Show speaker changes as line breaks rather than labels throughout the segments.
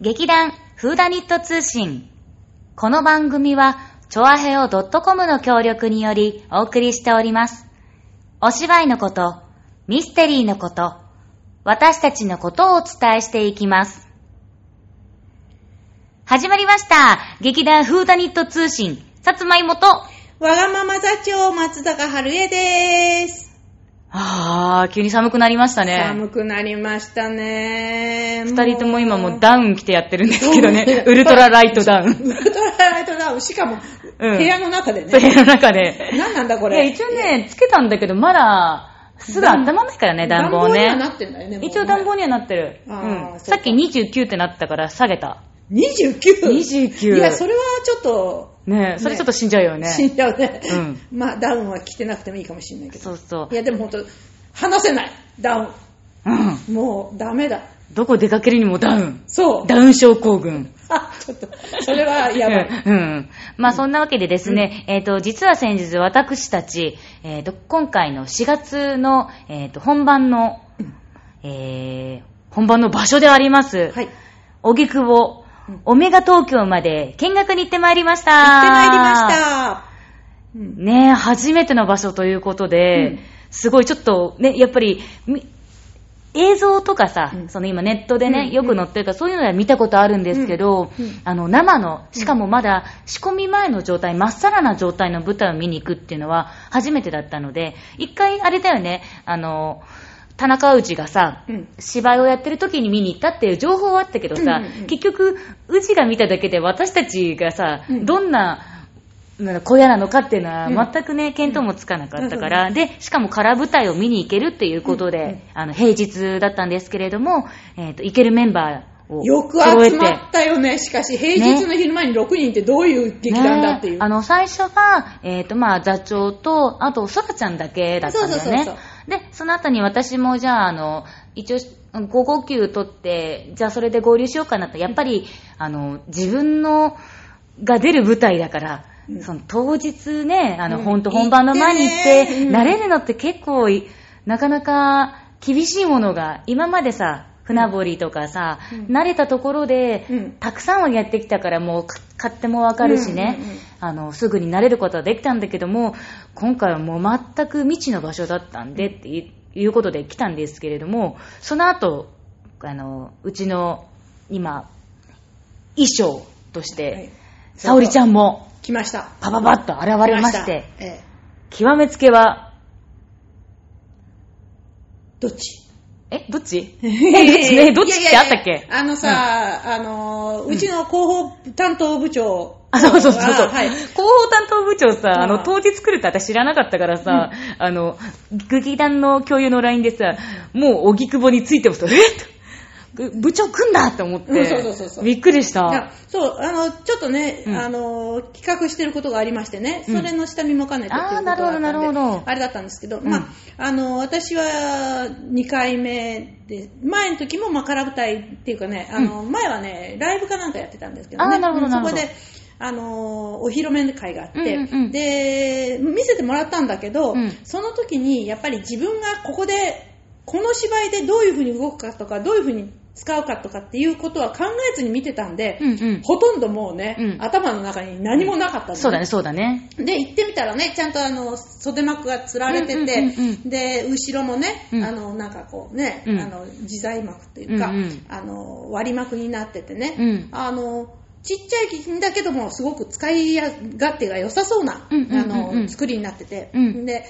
劇団フーダニット通信。この番組は、チョアヘオ .com の協力によりお送りしております。お芝居のこと、ミステリーのこと、私たちのことをお伝えしていきます。始まりました。劇団フーダニット通信、さつまいもと、
わがまま座長、松坂春江です。
あー、急に寒くなりましたね。
寒くなりましたね。
二人とも今もう
ダ
ダウン着てやってるんですけどね。ウルトラライトダウン。
ウルトラライトダウン。しかも、
うん
部屋の中で
そ
ね。
れの中で。
何なんだこ
いや、
れ。
一応ね、つけたんだけど、まだ、すぐ温まんないからね、暖房
にはな
ね。
ってんだよね。もうね
一応暖。房にはなってる。う
あー
ん。
そ
さ
うか
っき29ってなったから下げた。
29。
29
いや、それはちょっと、
ねそれちょっと死んじゃうよね。
死んじゃうね。
う
まあ、ダウンは着てなくてもいいかもしれないけど。
そうそう
い。や、でも本当話せない。ダウ
うん。
ン。もう、ダメだ。
どこ出かけるにもダウン。
そう。
ダウン症候群。
あ、ちょっと、それはやばい。
うんうん。まあそんなわけでですね、えっ、と、実は先日私たち、えっ、と、今回の4月の、えっ、と、本番の、えー、本番の場所であります、
はい。
荻窪、
うん
オメガ東京まで見学に行ってまいりました。
行ってまいりました。うん
ねえ、初めての場所ということで、
うん
すごいちょっとね、やっぱり、み映像とかさ、
うん
その今ネットでね、
うん
よく載ってるから、そういうのは見たことあるんですけど、
うんうん
あの、生の、しかもまだ仕込み前の状態、まっさらな状態の舞台を見に行くっていうのは初めてだったので、一回あれだよね、あの、田中氏がさ、
うん
芝居をやってる時に見に行ったっていう情報はあったけどさ、
うんうんうん
結局、うちが見ただけで私たちがさ、
うん
どんな、なんだ小屋なのかっていうのは
うん
全くね、見当もつかなかったか
うん
ら、で、しかも空舞台を見に行けるっていうことで、
うんうん
あの、平日だったんですけれども、えっ、と、行けるメンバーを
よく
揃え
集
て、
まったよね。しかし、平日の昼間に6人ってどういう劇団だっていう。
ねあの、最初が、えっ、と、まあ、座長と、あと、そらちゃんだけだったんだよね。
そうそうそう
で、その後に私も、じゃあ、あの、一応、午後休取って、じゃあそれで合流しようかなと。やっぱり、あの、自分の、が出る舞台だから、
うん
その当日ね、あの、
うん
本当本番の前に行って、
行ってねうん
慣れるのって結構い、なかなか厳しいものが、今までさ、船堀とかさ、
うん
慣れたところで、
うん
たくさんはやってきたから、もうか買ってもわかるしね、
うんうんうん
あの、すぐに慣れることはできたんだけども、今回はもう全く未知の場所だったんで、っていいうことで来たんですけれども、その後、あの、うちの、今、衣装とし
は
て
い、
沙織ちゃんも、
来ました。
パパパッと現れまして、
来ました。ええ
極めつけは、
どっち
え、どっ ちえ、どっちね、どっち
いや
ってあっ
いやいや
たっけ
あのさ、あのー、うちの広報担当部長。
あ、そうそうそうそう。
あはい。
広報担当部長さ、あ
う
の、
ん
当日来るって私知らなかったからさ、あの、劇団の共有の LINE でさ、もう、荻窪についてもさ、えっと部長来んだって思って、
うんそうそうそうそう
びっくりし
いや
た。
そう、あの、ちょっとね、
うん
あの、企画してることがありましてね、
うん
それの下見も兼ねてっていうことがあったんで
あーなるほどなるほど
あれだったんですけど、
うん
まあ、あの、私は2回目で、前の時も、まあ、空舞台っていうかね、あの、前はね、ライブかなんかやってたんですけど
あー
ね、
なるほど
うん
な
そ
るほ
こ
ど
で、あの、お披露目会があって、
うんうんうん
で、見せてもらったんだけど、
うん
その時に、やっぱり自分がここで、この芝居でどういうふうに動くかとか、どういうふうに使うかとかっていうことは考えずに見てたんで、
うんうん。
ほとんどもうね、
うん
頭の中に何もなかったの
そうだね、。そうだね。
で、行ってみたらね、ちゃんとあの、袖幕がつられてて、
うんうんうん
で、後ろもね、
うん
あの、なんかこうね、
うん
あの、自在幕っていうか、
うんうん
あの、割り幕になっててね、
うん
あの、ちっちゃいんだけども、すごく使い勝手が良さそうな、
うんうんうんうん
あの、作りになってて、
うん
で、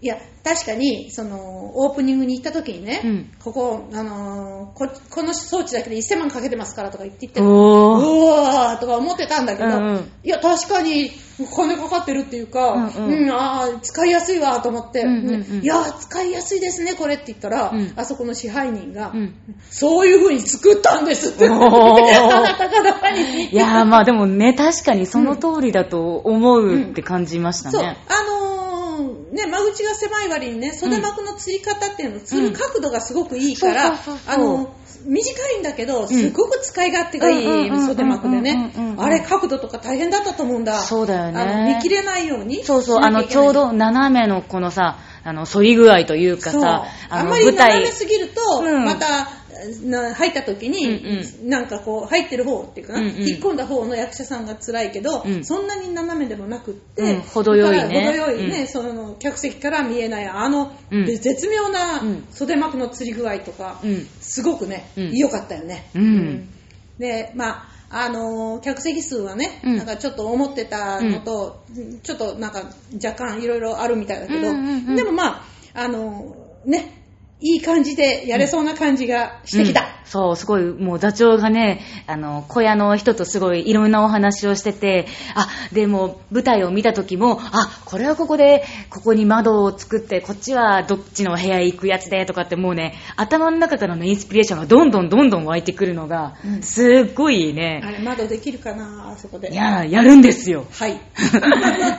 いや、確かに、その、オープニングに行った時にね、
うん
ここ、あのこ、この装置だけで1000万かけてますからとか言って言っても、
おー。
うわーとか思ってたんだけど、
うんうん
いや確かに金かかってるっていうか、
うん
うん
うん
あー使いやすいわと思って、
うんうんうん
いやー使いやすいですねこれって言ったら、
うん
あそこの支配人が、
うん
そういう風に作ったんですって
おー
あなたが中に
いやー、まあでもね、確かにその通りだと思うって感じました
そう
ね。
あのーね間口が狭い割にね袖幕の釣り方っていうのする角度がすごくいいから、
うんそうそうそう
あ
そう
のー短いんだけど、すごく使い勝手がいい
うん
袖幕でね
うんうんうんうんうんう。ん
あれ、角度とか大変だったと思うんだ。
そうだよね
あの見切れないように。
そうそう、
し
あの、
なきゃいけ
ち
ない
ょうど斜めのこのさ、あの、反り具合というか
そう
さ、
あ
の、
んまり斜めすぎると、
うん
またな入った時に、
うん
なんかこう入ってる方っていうかな、
うんうん
引っ込んだ方の役者さんが辛いけど、
うん
そんなに斜めでもなくって、
うん程よいね
だから程よい
う
ね、
ん
その客席から見えないあの、
うん
で絶妙な
うん
袖幕の釣り具合とか、
うん。
すごくね
うん
良、かったよね。
うん
でまああのー客席数はね、
うん
なんかちょっと思ってたのと、ちょっとなんか若干いろいろあるみたいだけど、
うんうんうん
でもまああのーねいい感じでやれそうな感じがしてきた。
うんそう、すごい、もう座長がね、あの、小屋の人とすごいいろんなお話をしてて、あ、でも舞台を見た時も、あ、これはここで、ここに窓を作って、こっちはどっちの部屋へ行くやつで、とかってもうね、頭の中からのインスピレーションがどんどんどんどん湧いてくるのが
う、ん
すっごいね、
あれ窓できるかなあそこで。。
いや、やるんですよ
はい。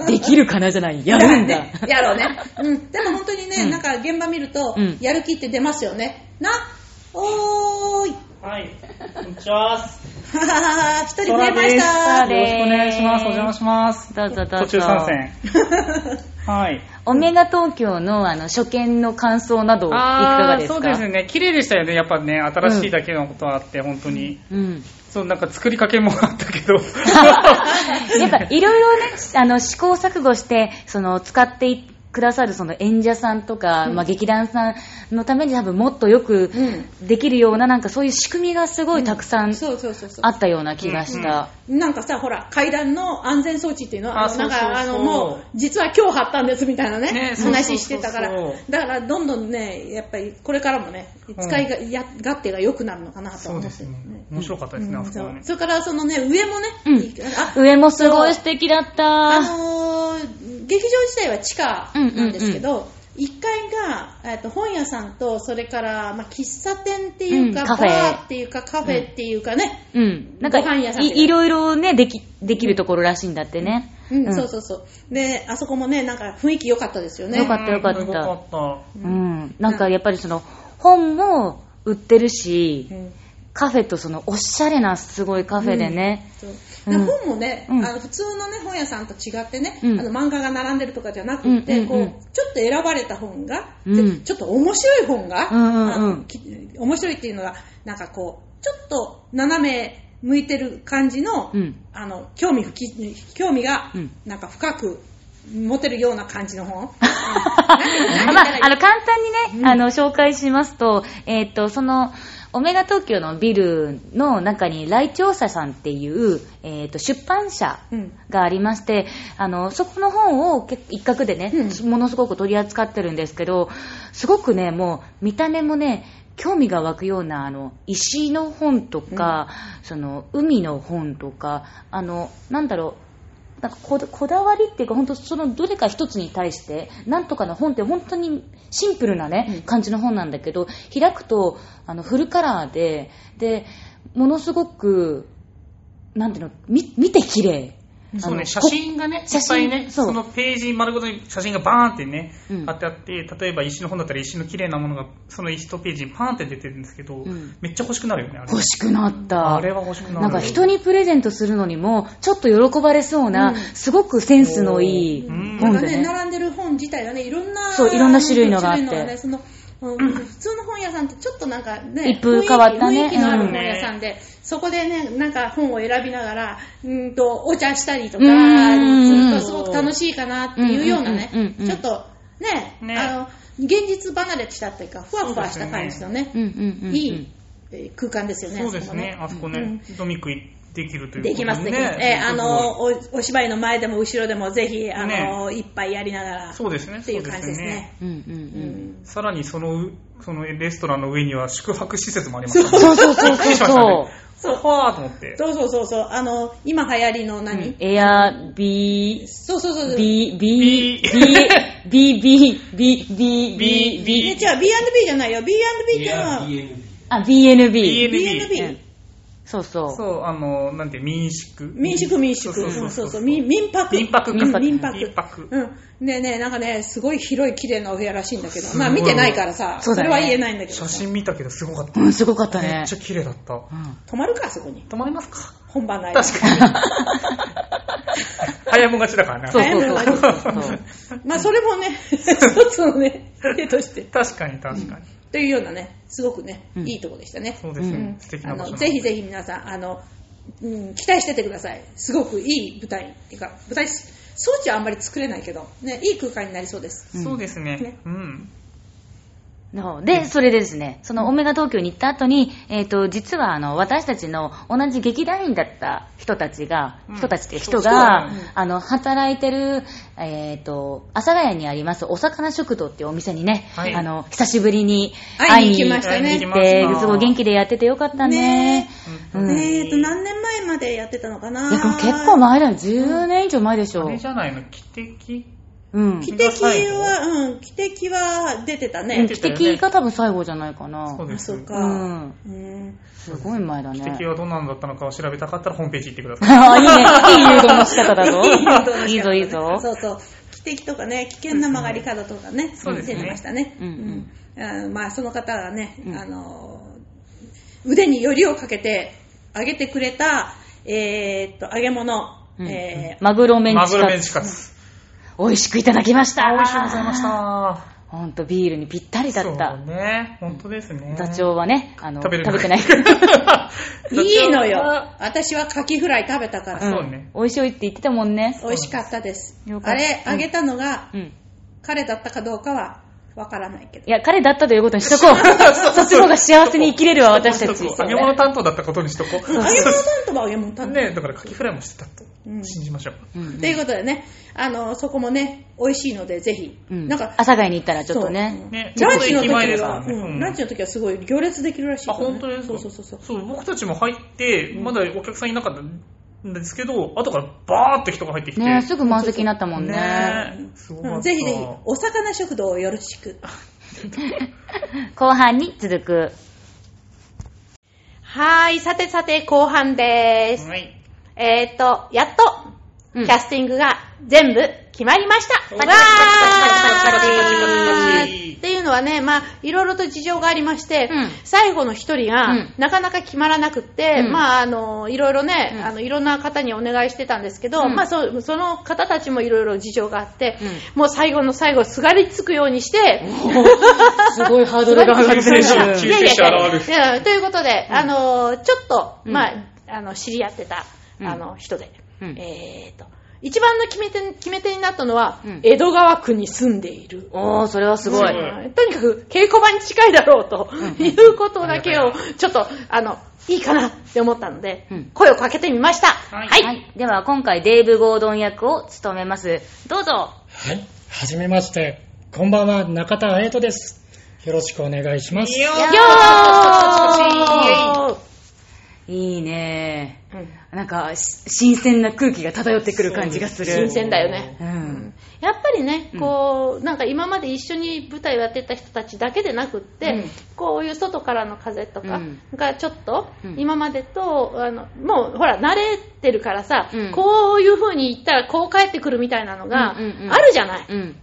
できるかなじゃない、 やるんだ。
やろ うね。うん。でも本当にね、
うん
なんか現場見ると、
うん
やる気って出ますよね。な、おーい。
はい、こんにちは。
はははは、一人
ソ
増え
ラ
ま
で
し
す。
空。
た
よろしくお願いします。お邪魔します。
どうぞどうぞ。
途中参戦。 はい。
オメガ東京のあの初見の感想などいかが
あ
で
ー
すか
そうですね。綺麗でしたよね。やっぱね、新しいだけのことはあって、本当に。
うん。
そう、なんか作りかけもあったけ ど。
やっぱいろいろね、あの試行錯誤して、その使っていくださるその演者さんとか、まあ劇団さんのために多分もっとよく
う
できるような、なんかそういう仕組みがすごいたくさん
そうそうそうそう
あ。ったような気がした。
なんかさ、ほら、階段の安全装置っていうのは、
あそうそうそう
なんか、あの、もう、実は今日貼ったんですみたいなね、
ねそうそうそうそう
話してたから、だから、どんどんね、やっぱり、これからもね、使いが、や勝手が良くなるのかなと
そ
思
う
っ
で
て。
すね。面白かったですね、
う
あ
ん
そこはね
そう。それから、そのね、上もね、
うん
いいあ
上もすごい素敵だっ
あ
た。
のー劇場自体は地下なんですけど、1階が、えっと本屋さんと、それから、まあ、喫茶店っていうか、
うんカ
バ
フェ
ーっていうか、カフェっていうかね、
うん。なんか
ご飯屋さんっていう
い、いろいろね、でき、できるところらしいんだってね。
うんそうそうそう。で、あそこもね、なんか雰囲気良かったですよね。
良かった良かった
うん良かった。
うん。なんかやっぱりその、本も売ってるし、
うん
カフェとそのおしゃれなすごいカフェでね、
そう
うん
で本もね、
うん
あの普通の、ね、本屋さんと違ってね、
うん
あの漫画が並んでるとかじゃなくて、
うんうんうん
こうちょっと選ばれた本が、
うん
でちょっと面白い本が、
うんうんうん
あのき面白いっていうのがなんかこうちょっと斜め向いてる感じの,、
うん
あの興味吹き興味が
うん
なんか深く持てるような感じ の本。
まあ、あの、簡単にね、あの、紹介しますと、えっ、と、その、オメガ東京のビルの中に、来庁舎さんっていう、えっ、と、出版社
うん
がありまして、あの、そこの本を結一角でね、
う
ものすごく取り扱ってるんですけど、すごくね、もう、見た目もね、興味が湧くような、あの、石の本とか、その、海の本とか、あの、なんだろう、なんかこだこだわりっていうか、本当そのどれか一つに対して、なんとかの本って本当にシンプルなね、
うん
感じの本なんだけど、開くと、あの、フルカラーで、で、ものすごく、なんていうの、み見て綺麗。
そう
あ
ね、
の
写真がね、いっ
写
ぱ
真
いね、
そう
そのページ丸ごとに写真がバーンってね、
うん
貼ってあって、例えば石の本だったら石の綺麗なものが、その石とページにパーンって出てるんですけど、
ん
めっちゃ欲しくなるよね、あれ。
欲しくなった。
あれは欲しくなる。
なんか人にプレゼントするのにも、ちょっと喜ばれそうな、
うん
すごくセンスのいい
うん
な
本
ん
で
かね、
ね。
並んでる本自体がね、いろんな、
そういろんな種類のがあって
種類のねそのうん普通の本屋さんってちょっとなんかね、
一風変わったね
雰囲気のあ
う
る
ん
本屋さんで、そこでね、なんか本を選びながら、うんと、お茶したりとか、
う
す
ん
るとすごく楽しいかなっていうような
うんうんうん
ね
う、ん
ちょっとね、
ね
あの、現実離れしたっていうか、ふわふわした感じのね
う、んうんうんうん
いいえー空間ですよね。
そうですね、
あ
あ
そ
そ
こ
こ
ね
ね、飲み食いできるということ
できます、できます。えーあの、お、お芝居の前でも後ろでもぜひ、あの、一杯やりながら。
そうですね、
っていう感じですね。
うんうん
ん
さらにその、そのレストランの上には宿泊施設もありま
う
す
ん。そうそうそうそうそう。
そう。はぁと思って。
そうそうそうそう、あの、今流行りの何、
エアビー、
そうそうそう。
ビー、ビー、ビー、
ビ
ビー、ビー、ビー、ビー、ビー、
え違う、B&B じゃないよ。B&B っていうのは、
あ、BNB。う
BNB。
ん
B&B。
そうそう。
そう、あの、なんて、民宿。
民宿民宿。
そう
う
そ
ん
う
そうそ、
そうう。
民民泊。
民泊か
うん民泊。
民泊
うん。でね、なんかね、すごい広い綺麗なお部屋らしいんだけど、まあ見てないからさ、
そうだ
れ
ね
は言えないんだけど
写
さ。
真見たけどすごかった。
うん、すごかった
め
ね
っち。ゃ綺麗だった。
うん
泊まるか、そこに。
泊まりますか
本番ない。
確かに。早いもん勝ちだからね。
そう
早い
そうそ
もん
う
勝ち
そう。
まあそれもね、一つのね、絵として。
確かに確かに。
というようなね、すごくね、
うん
いいとこでしたね。
そうですね。
うん
素敵
あ
な場所
の
な
ぜひぜひ皆さん、あの、うん、期待しててください。すごくいい舞台。っていうか、舞台装置はあんまり作れないけど、ね、いい空間になりそうです。
ひ
そうですね
ね。
うん。
ので、それでですね、そのオメガ東京に行った後に、えっ、と、実はあの、私たちの同じ劇団員だった人たちが、
うん
人たちっていう人
そ
が、
うそううん
あの、働いてる、えっ、と、阿佐ヶ谷にありますお魚食堂っていうお店にね、
はい
あの、久しぶりに
会いに行きました
会い
ね
に行き。ま
で
した
すごい元気でやっててよかったね
ね。
う
ね
ん。い
ええっと、何年前までやってたのかな
やでも結構前だよ。10年以上前でし
あ
ょ
れ。じゃないの、汽笛
うん。
汽笛は、うん、汽笛は出てた
うん
ね。
汽笛が多分最後じゃないかな。
そう
あ、
です。
そうか。
うん。
うん
すごい前だね。
汽笛はどんなのだったのかを調べたかったらホームページ行ってください。
ああ、いいね。いい誘導の仕方だぞ。い
い
いぞ、いいぞ。
そうそう。汽笛とかね、危険な曲がり角とかね、
そうですね
出てましたね。
うん
うんあまあ、その方がね、
うん
あのー、腕によりをかけて、あげてくれた、えーっと、揚げ物、
うん
えー
マグロメン
マ
チ
グロ
カ
メン
ツ。
チカツ。
美味しくいただきました。
美味しゅうございました。
ほんと、ビールにぴったりだっ
そ
た
う。ね。本当ですね。
座長はね、あの、
食
食
べ
べ
る
てない。
いいのよ
座長は。
私はカキフライ食べたか
う
ら、
ん
そうね
美味しいって言ってたもんね。
美味しかったです
よ。か
あ
った
れ、あげたのが、
うん。
彼だったかどうかは、わからないけど
い。や、彼だったということにしとこう。そっちの方が幸せに生きれるわ、私たち。
揚げ物担当だったことにしとこ
揚げ物
う。
担当は揚げ物担当。
ねだからカキフライもしてたと
うん
信じましょう。
うん
ということでね、あの、そこもね、美味しいので、ぜひ。
うん。
な
なんんか、
か
阿佐ヶ谷に行ったらちょっと
そう
ね。
ね
ランチの時
ちょっと駅前ですから
は、
ね
うん
うん
ランチの時はすごい行列できるらしい
あ、
からね
本当ですか
そうそうそうそう。
そう、僕たちも入って、まだお客さんいなかったんですけど、後からバーって人が入ってきて。
ねすぐ満席になったもんね。
ねすごか
う
っ
ん
た。
ぜひぜひ、お魚食堂をよろしく。
後半に続く。
はーい、さてさて、後半で。
はい。
えーっと、やっと、
うん
スティングが全部決まりました
わーパチパチパチパチパチ
っ
パチパチパチパチパチ
ていうのはね、まあ、いろいろと事情がありまして、
うん
最後の一人が、
うん
なかなか決まらなくって、
うん
まあ、あの、いろいろね、
うん
あの、いろんな方にお願いしてたんですけど、
うん
まあ、そその方たちもいろいろ事情があって、
う
もう最後の最後、すがりつくようにして、
すごいハードルが上がってる。
救急車現
いやいやということで、
ん
あの、ちょっと、
うん
まあ、あの、知り合ってた、
うん
あの、人で、
うん
えーと、一番の決め手、決め手になったのは、
うん
江戸川区に住んでいる。
おー、それはすごい。
すごい
とにかく稽古場に近いだろうと、
うん
いうことだけを、ちょっと、あの、いいかなって思ったので、
うん
声をかけてみました。
い
はい。
はい。では、今回デーブ・ゴードン役を務めます。どうぞ。
はい。はじめまして。こんばんは、中田彩斗です。よろしくお願いします。
よ
ー
よー
いいね
うん
なんか、し新鮮な空気が漂ってくる感じがする。
新鮮だよね。
うん。
やっぱりね
うん、
こう、なんか今まで一緒に舞台をやってた人たちだけでなくって、
うん
こういう外からの風と
う
か
ん
がちょっと、
うん
今までと、あの、もうほら、慣れてるからさ、
うん
こういう風に言ったらこう帰ってくるみたいなのがあ
うんうんうん
るじゃない。
うん。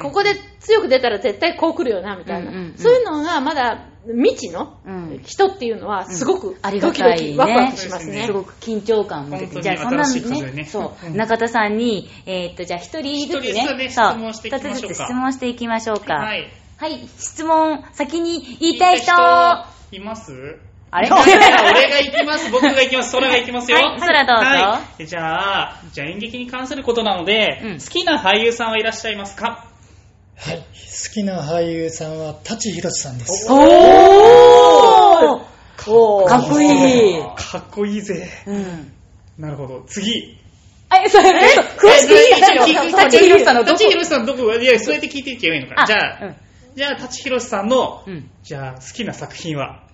ここで強く出たら絶対こう来るよな、みたいな。
うんうんうん
そういうのがまだ未知の
うん
人っていうのはすごく
あり
ド
が
キ
た
ド
い
キ
ね。
ワクワクしますね。
すごく緊張感も出て。
本当に
じゃあ、そんな
新しい風ね
そう、
うん
中田さんに、えーっと、じゃあ、一人ずつね
一人、ずつね
そう
質問していきま
一つ
しょうか
ずつ質問していきましょうか。
は
はい。
い。
質問、先に言いたい人あ
います
れ
俺が行きます、僕が行きます、空が行きますよ。
はい空どうぞ
はいじゃあ、じゃあ演劇に関することなので、
うん
好きな俳優さんはいらっしゃいますか
はい。好きな俳優さんは、舘ひろしさんです。
おーかっこいい。
かっこいいぜ。
うん。
なるほど。次。
え、それ、え、詳しく言いたいの舘ひろしさんのどこ
舘ひろしさんのどこいや、そうやって聞いていっちゃいいのか。じゃあ、
うん
じゃあ、舘ひろしさんの、
うん
じゃあ、好きな作品は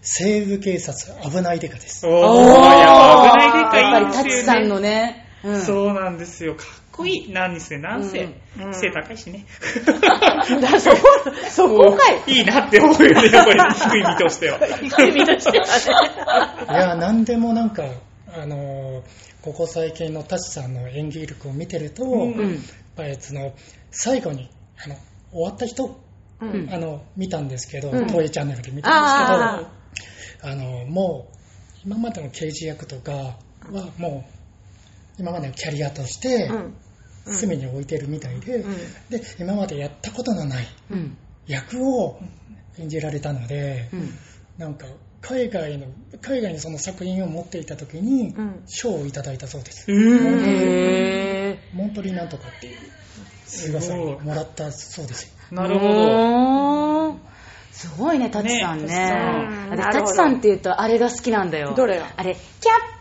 西部警察、危ないデカです。
おー、
おー
いや、危ないでかい
やっぱり
です
タ
よね
チさんのね、うん
そうなんですよ。かっこいい。何せ、何せ
う。ん
背高いしね。
だそこ、そこかい。
いいなって思うよね、これ。低い身としては。
君としてはね
いや、なんでもなんか、あのーここ最近の舘さんの演技力を見てると、
う
やっ
ん
ぱりその、最後に、あの、終わった人、
うん
あの、見たんですけど、
うん
東映チャンネルで見たん
あ
ですけど、あの、もう、今までの刑事役とかは、もう、今までのキャリアとして、
ーうんうん
隅に置いてるみたいで、
うん
で今までやったことのない
うん。
役を演じられたので、
うん。
なんか海外の海外にその作品を持っていた時に
うん
賞をいただいたそうです、
へ
モントリなんとかっていう映画祭にもらったそうですよ
ー。
ー
なるほど。
おーすごいね、タチさんね。私
タチさんな
ね
る
タ
ほど
チさんって言うとあれが好きなんだよ。
どれが
あれ、キャ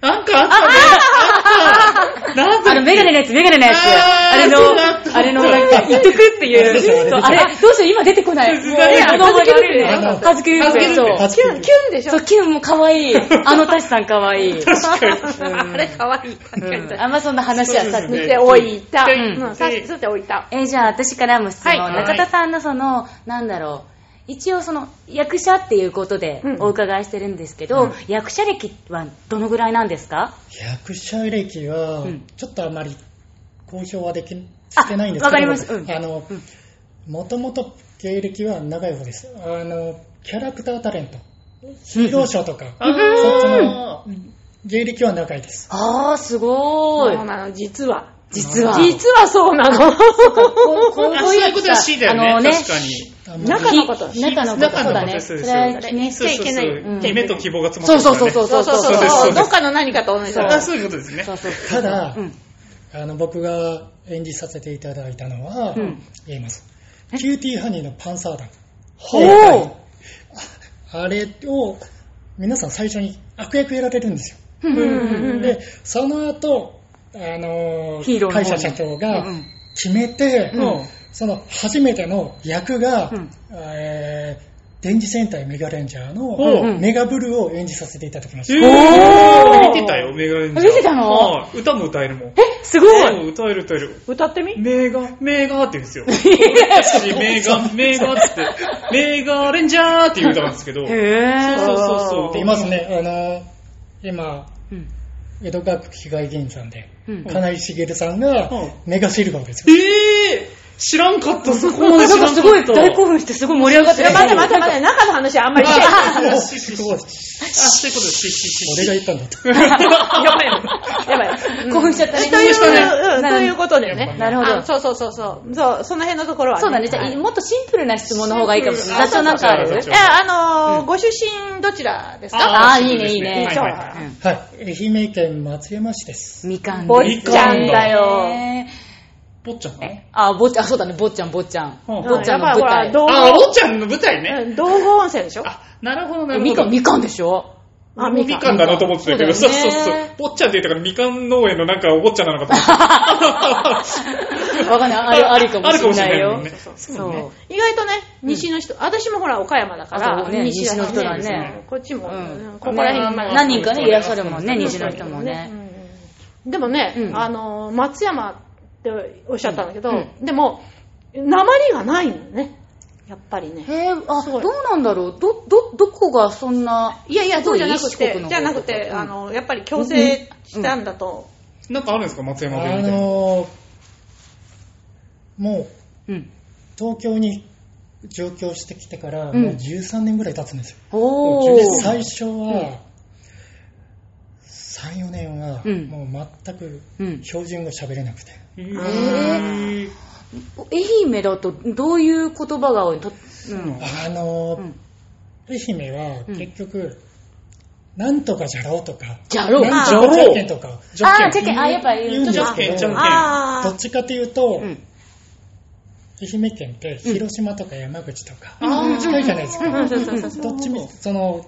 なんかあったね。あ
ッあの、メガネのやつ、メガネのやつ。
あー
あれ
そうだった
の、あれの、なんか、言ってくって
出てき
い
た
う。
出てき
そう
た
あれ、どうしよう、今出てこない。
出てきた
ねあの、はずきル
あの
ーはずきルー
はずきルーペ
そう。
初
キュン、キュンでしょ
そう、キュンも可愛い。あのタチさん可愛い。
確かに。
あれかわいい。
うんあんまそんな話はさ
そ
て
うで
見ておいた。
う
うんん、さしておいた。
えーじゃあ私からも質問、
はい
中田さんのその、なんだろう一応その役者っていうことで
うん
お伺いしてるんですけど、役者歴はどのぐらいなんですか、
役者歴は
うん
ちょっとあまり公表はでき
あ
してないんですけど
わかりますうん
あの
うん
もともと経歴は長い方ですあのキャラクタータレントヒーローショーとか、
あ
そっち
ー
の芸歴は長いです
ああすご
そう
ーい
なの、実は。
実は
実はそうなの。
こ
あそういうことは C だ
あ
よ
の
ね。
ね
確かに。
あんまり
中のこと。
中のこと
中のこと
そうだね
そ
そうれ
です
は記念し
そう
て
そう
いけ
そ
ないう
うん
夢と希望が詰
そ
ま
う
って
そ
る
うそうそう
からね
そうそうそう
そうですそうです
どっかの何かと同じだ
そ
あ
う
そういうことですね。
そうそうそう
ただ
うん
あの僕が演じさせていただいたのは、
うん
言いますキューティーハニーのパンサー団
ほう
あれを皆さん最初に悪役やられるんですよ
うんうんうん
で、その後、あの
ヒーローの方
会
に
社社長
う
が
ん
決めて、
うん
その初めての役が、
うん
えー電磁戦隊メガレンジャーの
うん
メガブルーを演じさせていただきました。
えー
おー
見てたよ、メガレンジャー。
見てたの
はい歌も歌えるもん。
えすごい
そう歌える歌える。
歌ってみ
メガ、メガって言うんですよ。私、メガ、メガってって、メガレンジャーっていう歌なんですけど、そう
へ
そうそうそう
でいますね、あの今、
えうん
江戸川区被害議員さんで、
うん
金井茂さんが
うん
メガシルバー ですよ。
えー、知らんかった、そこ
なん
まで
か
知らんかった。
すごい大興奮してすごい盛り上がっ
い
て
や
る
待て待て待て、中の話はあんまりしちゃいけない。
あ、
す
す
ご
ご
い
い。あ、そういうことです。ししし
俺が言ったんだと。
やばいよ。
やばい。
興奮しちゃったね
という、うん
なるほど
ということだよね。
なるほど
あそうそうそうそう。そう、その辺のところは、
そうだねじゃあ
はい
もっとシンプルな質問の方がいいかもしれない
シ
雑
ンプ
長な
ル
んかある
シンプル
え、あのーご出身どちらですか
ああ
そう
いい
で
ね
す
いいね
はいはいはい
うん
はい、愛媛県松山市です。
みかん
坊
です
ちゃんだよ。
ね
坊ちゃんなの
あ、ぼっちゃん、あそうだね、ぼっちゃん、ぼっちゃん。
ほう
ぼっちゃんの舞
やっぱ
台
りほ。ら
あ、坊ちゃんの舞台ね。
うん道後温泉でしょ
あ、なるほど、な
え
る
み
ほ
か
ど
ん、。みかんでしょ
あ、
み
みかん。
かんだなと思ってたけど、
そ
そうう
だ
そ
よね
うそう。坊ちゃんって言ったから、みかん農園のなんかお坊ちゃんなのかと思った。
わかんない あるあるかもしれないよ
あるかもしれないもんねそう
そ
ね
う。
意外とね、西の人、私もほら、岡山だから、
あそうね
西だ
西の人
から
だね
こっちも、
うん
ここら辺にまあ
何人かね、いらっしゃるもんね、
そう
虹の人もね。
うんでもね、
うん
あの、松山っておっしゃったんだけど、
うん
でも、鉛がないのね、やっぱりね。
へーあ、
す
ど
ご
う
い
なんだろう。ど、ど、どこがそんな、
いやいや、そうじゃなく
四国
て
の、方
じゃなくて、
うん
あの、やっぱり強制したんだと、
なんかあるんですか、松山
あ
弁みたいな。
のーもう
うん。
東京に上京してきてから
うん
もう13年ぐらい経つんですよ、
お
で
ー。
最初は34年は
うん
もう全く
うん。
標準語喋れなくて、
え
ー
ー、
愛媛だと、どういう言葉が多いと、うん。
あのー
うん
愛媛は
うん
結局、なんとかじゃろうとか、
じゃろう。
な
あ
んとかじゃんけんとか
じゃんけ
ー、じゃ
ん
けん、あ、やっぱ、
言うん
ちょっと
ですけど、
じゃんけんじゃんけん
あ
ど
ー
っちかというと、
う
愛
ん。
媛県って広島とか山口とか、
あー
近いじゃないですか、
うんそうそうそうそう
どっちもその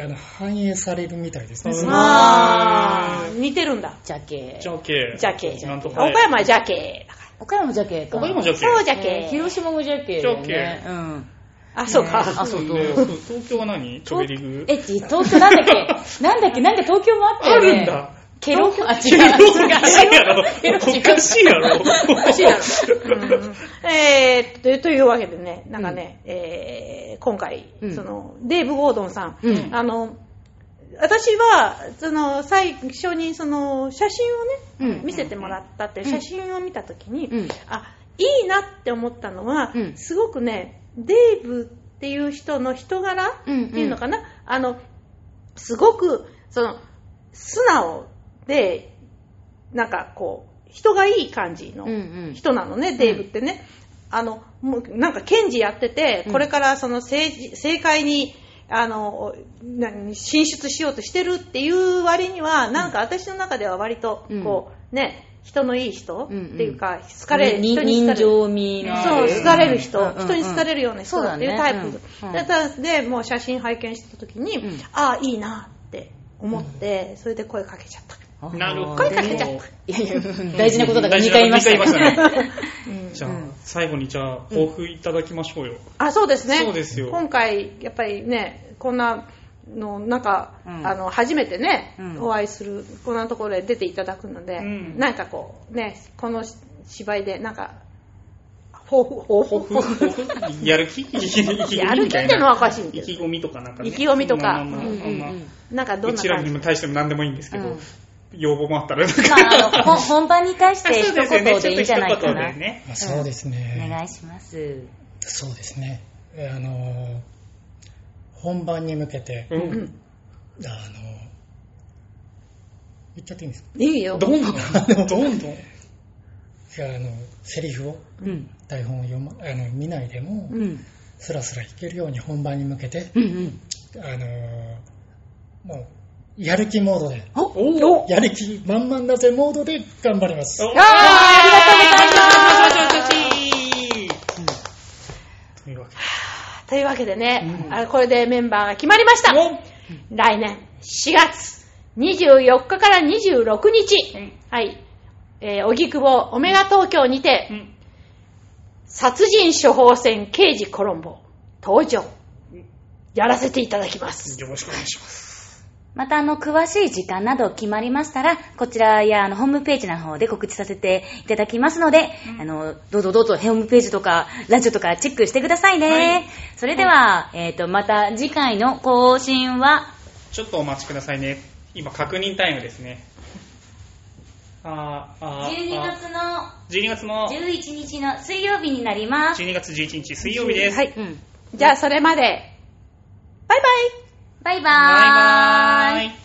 あの反映されるみたいですね。
うん
あー似てるんだ。
じゃけ
じ。ゃけ。
ジャケ。
なんと
岡山はジャケ。
岡山じゃけか。
岡山じゃけ。
そうじゃ
えー
け。
広島もじゃけだよね。
じ
うん。
あ、そう
ね
か。
あそう
ねそう東京は何チョベリグ。
え、東京なんだっけなんだっけなんか東京もあった
あ
よね。
るんだ。
ケロあ、違う。
ケロおかしいや ろ
ケロ。違う
おかしいやろ。おか
しいやろえー、とというわけでね、なんかね、えー今回、
うん
そのデーブ・ゴードンさん、
うん
あの私はその最初にその写真をね、
うん
見せてもらったって、
うん
写真を見たときに、
うん
あいいなって思ったのは、
うん
すごくね、デーブっていう人の人柄っていうのかな、あのすごくその素直で、なんかこう、人がいい感じの
うんうん
人なのね、デイブってね。あの、もうなんか検事やってて
う、ん
これからその政治、政界に、あの、何進出しようとしてるっていう割には、なんか私の中では割と、こう、ね、人のいい人っていうか、好かれる、
人
人に
人
好かれる。
情味のあ
そう、
る。
好かれる
うんうん
人
う、ん
人に好かれるような人だっていうタイプ
そうだねうんうん。
でたで、もう写真拝見した時に
うん、
ああ、いいなって思って、それで声かけちゃった。
なるほど。
声かけちゃっ
いやいや、大事なことだから2回言いました
大事なこ
ね。
と二回言いましたね。
うん
じゃ
うん
あ、最後にじゃあ、抱負いただきましょうよ。
あ、そうですね。
そうですよ
今回、やっぱりね、こんなの、なんか、
うん
あの、初めてね、
うん
お会いする、こんなところで出ていただくので、
うん
なんかこう、ね、この芝居で、なんか、抱負、抱負、
抱負、抱負、 やる気意気込みみたいな
やる気ってのはおかしいん
意
だ
気
け
込みとかなんかね。
意気込みとか
まあまあまあまあまあ
うんうん
ど、なんかどん
う
な
ちら
感
に
じ
対しても何でもいいんですけ
う
ど
ん、
要望もあったら、なんか
まあ、あのほん本番に対して一言
ちょ
で
っ
い
と
いん
一
じゃないか
言
な。
でね。
あそうです
お願
ね。
いします。
そうですね。えあの、本番に向けて、あ
う
の、
ん。
言っちゃっていいんですか
いいよ。
どんどん、どんどん。
いやあの、セリフを、
うん。
台本を読ま、あの、見ないでも
う、ん。
スラスラ弾けるように本番に向けて、
うんうん。
あのーもう、やる気モードで、
お
お
やる気満々だぜモードで頑張ります。
お
ああありがとうございます
というわけで
というわけでね、あこれでメンバーが決まりました。来年4月24日から26日、
うん
はい、えー、荻窪オメガ東京にて、
うん
殺人処方箋刑事コロンボ登場、やらせていただきます。
よろしくお願いします。
また、あの、詳しい時間など決まりましたら、こちらや、あの、ホームページの方で告知させていただきますので、あの、どうぞどうぞ、ホームページとか、ラジオとかチェックしてくださいね。それでは、えっ、と、また次回の更新は、
ちょっとお待ちくださいね。今、確認タイムですね。あーあー、
12
あ
月の
ー12月の
11日の水曜日になります。
12月11日水曜日です。
はい。
うん。
じゃあ、それまで、バイバイ
バイバーイ。
バイバーイ。